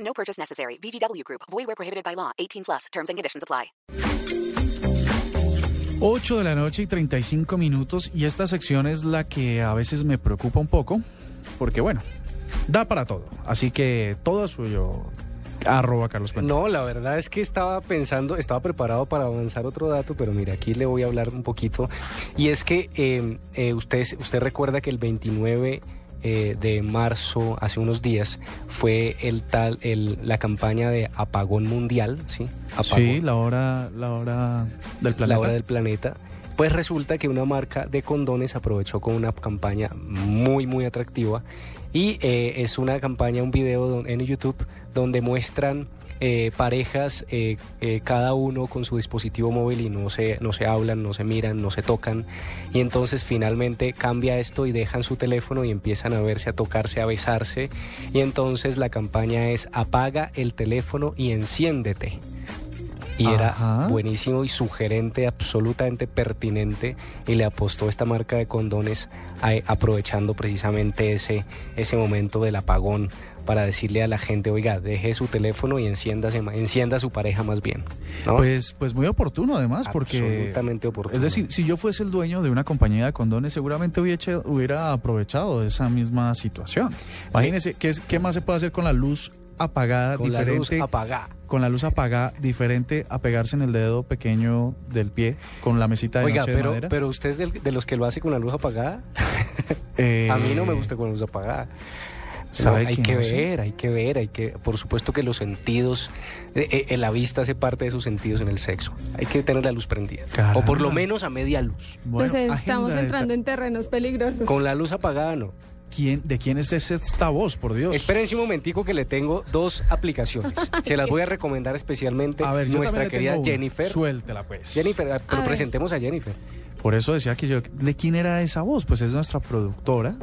No purchase necessary. VGW Group. Void where prohibited by law. 18 plus. Terms and conditions apply. 8 de la noche y 35 minutos y esta sección es la que a veces me preocupa un poco porque bueno, da para todo. Así que todo es suyo. Arroba Carlos Cuenta. No, la verdad es que estaba pensando, estaba preparado para avanzar otro dato, pero mira, aquí le voy a hablar un poquito. Y es que eh, eh, usted, usted recuerda que el 29 eh, de marzo, hace unos días, fue el tal, el, la campaña de apagón mundial, ¿sí? Apagón. Sí, la hora, la hora del planeta. la hora del planeta. Pues resulta que una marca de condones aprovechó con una campaña muy, muy atractiva. Y eh, es una campaña, un video don- en YouTube donde muestran eh, parejas, eh, eh, cada uno con su dispositivo móvil y no se, no se hablan, no se miran, no se tocan. Y entonces finalmente cambia esto y dejan su teléfono y empiezan a verse, a tocarse, a besarse. Y entonces la campaña es apaga el teléfono y enciéndete. Y Ajá. era buenísimo y sugerente, absolutamente pertinente. Y le apostó esta marca de condones a- aprovechando precisamente ese, ese momento del apagón para decirle a la gente, oiga, deje su teléfono y enciéndase, ma- encienda a su pareja más bien. ¿no? Pues, pues muy oportuno además porque... absolutamente oportuno. Es decir, si yo fuese el dueño de una compañía de condones, seguramente hubiera, hubiera aprovechado esa misma situación. Imagínese, ¿qué, es- ¿qué más se puede hacer con la luz apagada, con la luz diferente? apagá. con la luz apagada, diferente a pegarse en el dedo pequeño del pie con la mesita de Oiga, noche de pero, madera. pero usted es del- de los que lo hace con la luz apagada. Eh, A mí no me gusta con luz apagada. No, ¿sabe hay quién que no hace? ver, hay que ver, hay que, por supuesto que los sentidos, eh, eh, eh, la vista hace parte de sus sentidos en el sexo. Hay que tener la luz prendida, o por Caramba. lo menos a media luz. Bueno, pues estamos agenda de entrando ta- en terrenos peligrosos. Con la luz apagada no. ¿Quién, ¿De quién es esta voz, por Dios? Espérense un momentico que le tengo dos aplicaciones. Se las voy a recomendar especialmente a ver, yo nuestra también le querida tengo una. Jennifer. Suéltela, pues. Jennifer, ah, pero ver. presentemos a Jennifer. Por eso decía que yo... ¿De quién era esa voz? Pues es nuestra productora,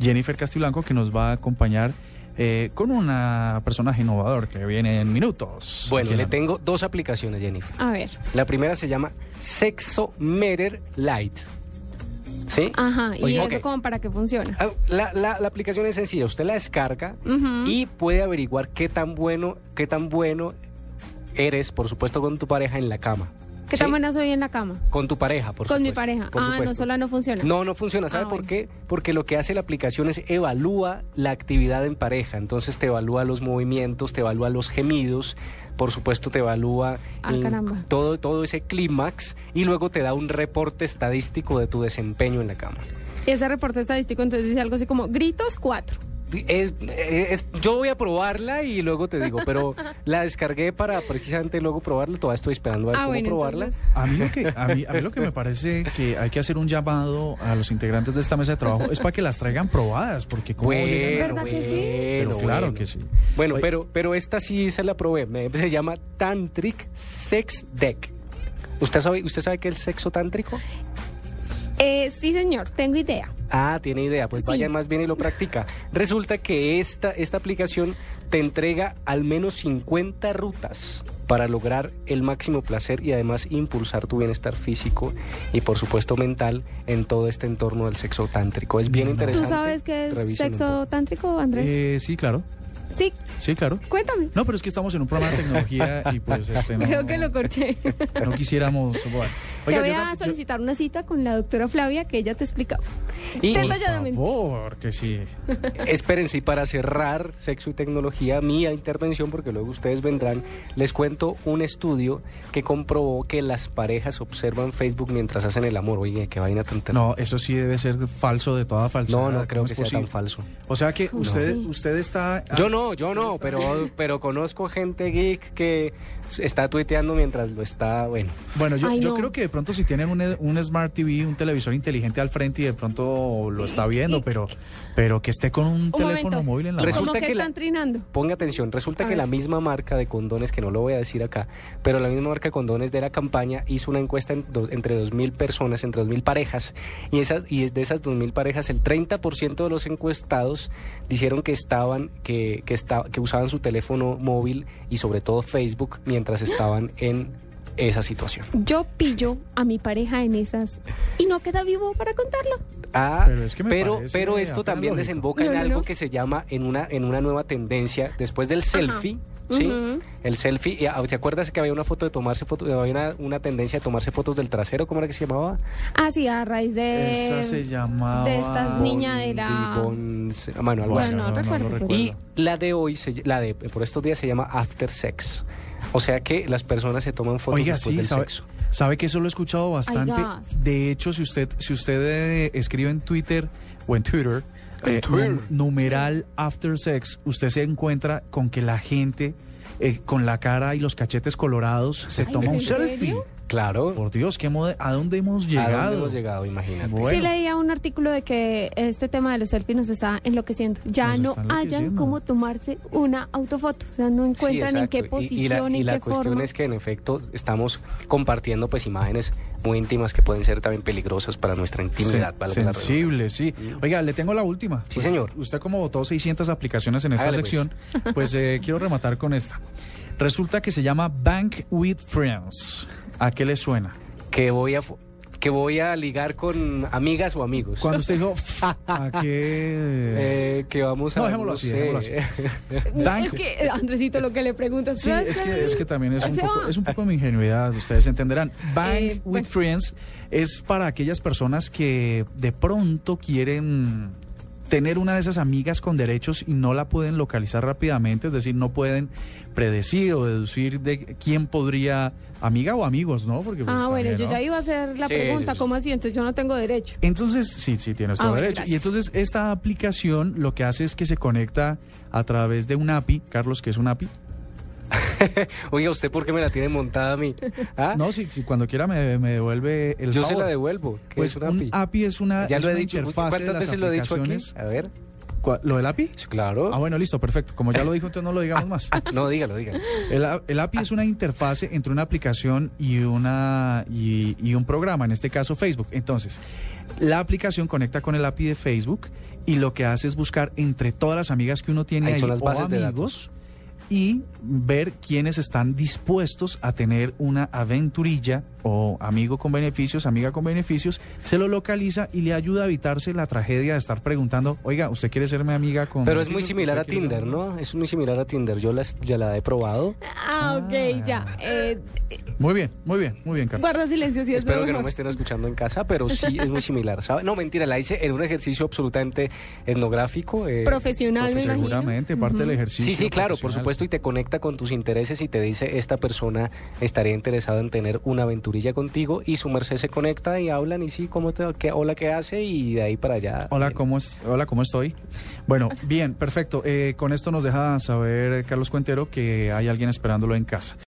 Jennifer Castiblanco, que nos va a acompañar eh, con una personaje innovador que viene en minutos. Bueno, Aquí le la- tengo dos aplicaciones, Jennifer. A ver, La primera se llama Sexo Meter Light. ¿Sí? ajá, y Oiga, eso ok. como para que funciona. Ah, La, la- la aplicación es sencilla, usted la descarga Ujú. y puede averiguar qué tan bueno, qué tan bueno eres, por supuesto, con tu pareja en la cama. ¿Qué ¿sí? tan buena soy en la cama? Con tu pareja, por Con supuesto. mi pareja. por ah, no, supuesto. sola no funciona. No, no funciona. ¿Sabe Ah, por bueno. qué? Porque lo que hace la aplicación es evalúa la actividad en pareja. Entonces te evalúa los movimientos, te evalúa los gemidos, por supuesto te evalúa Ah, in- caramba. todo, todo ese clímax y luego te da un reporte estadístico de tu desempeño en la cama. Y ese reporte estadístico entonces dice algo así como gritos cuatro. Es, es- yo voy a probarla y luego te digo, pero la descargué para precisamente luego probarla. Todavía estoy esperando a ver Ah, cómo bueno, probarla. entonces A mí, lo que, a, mí, a mí lo que me parece que hay que hacer un llamado a los integrantes de esta mesa de trabajo es para que las traigan probadas, porque como Bueno, ¿Verdad que sí? bueno, Pero claro bueno. que sí. Bueno, Oye. pero, pero esta sí se la probé. Me- Se llama Tantric Sex Deck. ¿Usted sabe, ¿Usted sabe qué es el sexo tántrico? Eh, sí, señor, tengo idea. Ah, tiene idea. Pues Sí. vaya más bien y lo practica. Resulta que esta, esta aplicación te entrega al menos 50 rutas para lograr el máximo placer y además impulsar tu bienestar físico y por supuesto mental en todo este entorno del sexo tántrico. Es bien No. interesante. ¿Tú sabes qué es Revísenlo un sexo poco. tántrico, Andrés? Eh, sí, claro. sí, Sí, claro. cuéntame. No, pero es que estamos en un programa de tecnología y pues este no, Creo que lo corché. no quisiéramos. bueno. te Oiga, voy yo a tam- yo- solicitar una cita con la doctora Flavia que ella te explica. Y- Intenta Por ayudarme. favor, que sí. Espérense, y para cerrar sexo y tecnología, mía intervención, porque luego ustedes vendrán, les cuento un estudio que comprobó que las parejas observan Facebook mientras hacen el amor. Oye, qué vaina tan terrible. No, eso sí debe ser falso de toda falsedad. No, no creo ¿Cómo que es sea tan posible? Ah, falso. O sea que ¿Cómo usted, así? usted está. Yo no no, yo no, pero, pero conozco gente geek que está tuiteando mientras lo está, bueno. Bueno, yo, Ay, yo no. creo que de pronto si tienen un, un Smart TV, un televisor inteligente al frente y de pronto lo está viendo, pero, pero que esté con un, Un teléfono momento. móvil en la ¿Y mano. cómo Resulta que, que la- están trinando? Ponga atención, resulta Ah, A que ver. la misma marca de condones, que no lo voy a decir acá, pero la misma marca de condones de la campaña hizo una encuesta en do- entre 2.000 personas, entre 2.000 parejas, y, esas, y de esas 2.000 parejas el 30% de los encuestados dijeron que estaban, que, que, esta- que usaban su teléfono móvil y sobre todo Facebook mientras estaban en esa situación. Yo pillo a mi pareja en esas y no queda vivo para contarlo. Ah, Pero pero, es que me pero, parece esto apenas también lógico. desemboca en No, no, algo no. que se llama en una en una nueva tendencia después del selfie, ¿sí? Ujú. El selfie, y, ah, ¿te acuerdas que había una foto de tomarse fotos, había una, una tendencia de tomarse fotos del trasero, ¿cómo era que se llamaba? Ah, sí, a raíz de... Esa se llamaba... de estas niñas. Niña de la- Bondi- Bons- ah, bueno, algo Bueno, así. no recuerdo, pero- Y la de hoy, se- la de por estos días se llama after sex. O sea que las personas se toman fotos Oiga, Pues después sí, del sabe, sexo. sabe que eso lo he escuchado bastante. gas. De hecho, si usted, si usted eh, escribe en Twitter o en Twitter, eh, num- numeral after sex, usted se encuentra con que la gente eh, con la cara y los cachetes colorados se Ay, toma ¿en un serio? selfie. Claro. Por Dios, ¿qué mode- ¿a dónde hemos ¿A llegado? dónde hemos llegado? Imagínate. Bueno. Sí leía un artículo de que este tema de los selfies nos está enloqueciendo. Ya Nos no está hallan enloqueciendo. cómo tomarse una autofoto. O sea, no Sí, encuentran en qué exacto. Y- posición, y, la, en y la qué cuestión forma. es que en efecto estamos compartiendo pues imágenes muy íntimas que pueden ser también peligrosas para nuestra Sen- intimidad. valga la redundancia. sensible, sí. Oiga, le tengo la última. Pues, Sí, señor. Usted como votó 600 aplicaciones en esta Hágale, sección, pues, eh, quiero rematar con esta. Resulta que se llama Bank with Friends. ¿A qué le suena? que voy a fu- que voy a ligar con amigas o amigos. Cuando usted dijo, ¿a qué? Eh, que vamos a No, dejémoslo así, dejémoslo así. Bank. Es que, eh, Andresito, lo que le preguntas... Sí, es que, es que también es un, Se poco, va. es un poco de mi ingenuidad, ustedes entenderán. Bank Eh, with pues- Friends es para aquellas personas que de pronto quieren tener una de esas amigas con derechos y no la pueden localizar rápidamente, es decir, no pueden predecir o deducir de quién podría, amiga o amigos, ¿no? Porque pues, Ah, bueno, también, yo ¿no? ya iba a hacer la Sí, pregunta, sí, sí. ¿cómo así? Entonces yo no tengo derecho. Entonces, sí, sí, tiene Ah, todo bueno, derecho. gracias. Y entonces esta aplicación lo que hace es que se conecta a través de un API, Carlos, que es un API. Oiga, ¿usted por qué me la tiene montada a mí? ¿Ah? No, si, si cuando quiera me, me devuelve el Yo se favor. la devuelvo. que Pues es una un API. API. es una, ya es lo he una dicho. Uy, interfaz de ¿Cuántas las veces lo he dicho aquí? aplicaciones. A ver. ¿Cuál- ¿Lo del API? Sí, Claro. Ah, bueno, listo, perfecto. Como ya lo dijo, entonces no lo digamos más. No, dígalo, dígalo. El, a- el API es una interfase entre una aplicación y, una, y, y un programa, en este caso Facebook. Entonces, la aplicación conecta con el API de Facebook y lo que hace es buscar entre todas las amigas que uno tiene Ahí ahí son las o bases de amigos y ver quiénes están dispuestos a tener una aventurilla o amigo con beneficios, amiga con beneficios, se lo localiza y le ayuda a evitarse la tragedia de estar preguntando, oiga, ¿usted quiere ser mi amiga con Pero es muy beneficios? similar a ¿Usted quiere ser Tinder, mi- ¿no? Es muy similar a Tinder. Yo las, ya la he probado. Ah, ok, ya. Eh, Muy bien, muy bien, muy bien, Carlos. guarda silencio si es Espero lo que no me mejor. estén escuchando en casa, pero sí es muy similar, ¿sabe? No, mentira, la hice en un ejercicio absolutamente etnográfico. eh, Profesional, me imagino. Pues Seguramente, parte del ejercicio. Sí, sí, claro, por profesional. supuesto, y te conecta con tus intereses y te dice, esta persona estaría interesada en tener una aventurilla contigo y su merced se conecta y hablan y sí, ¿cómo te, qué, hola, ¿qué hace? Y de ahí para allá. Hola, ¿cómo, es, hola, ¿cómo estoy? Bueno, bien, perfecto. Eh, con esto nos deja saber eh, Carlos Cuentero que hay alguien esperándolo en casa.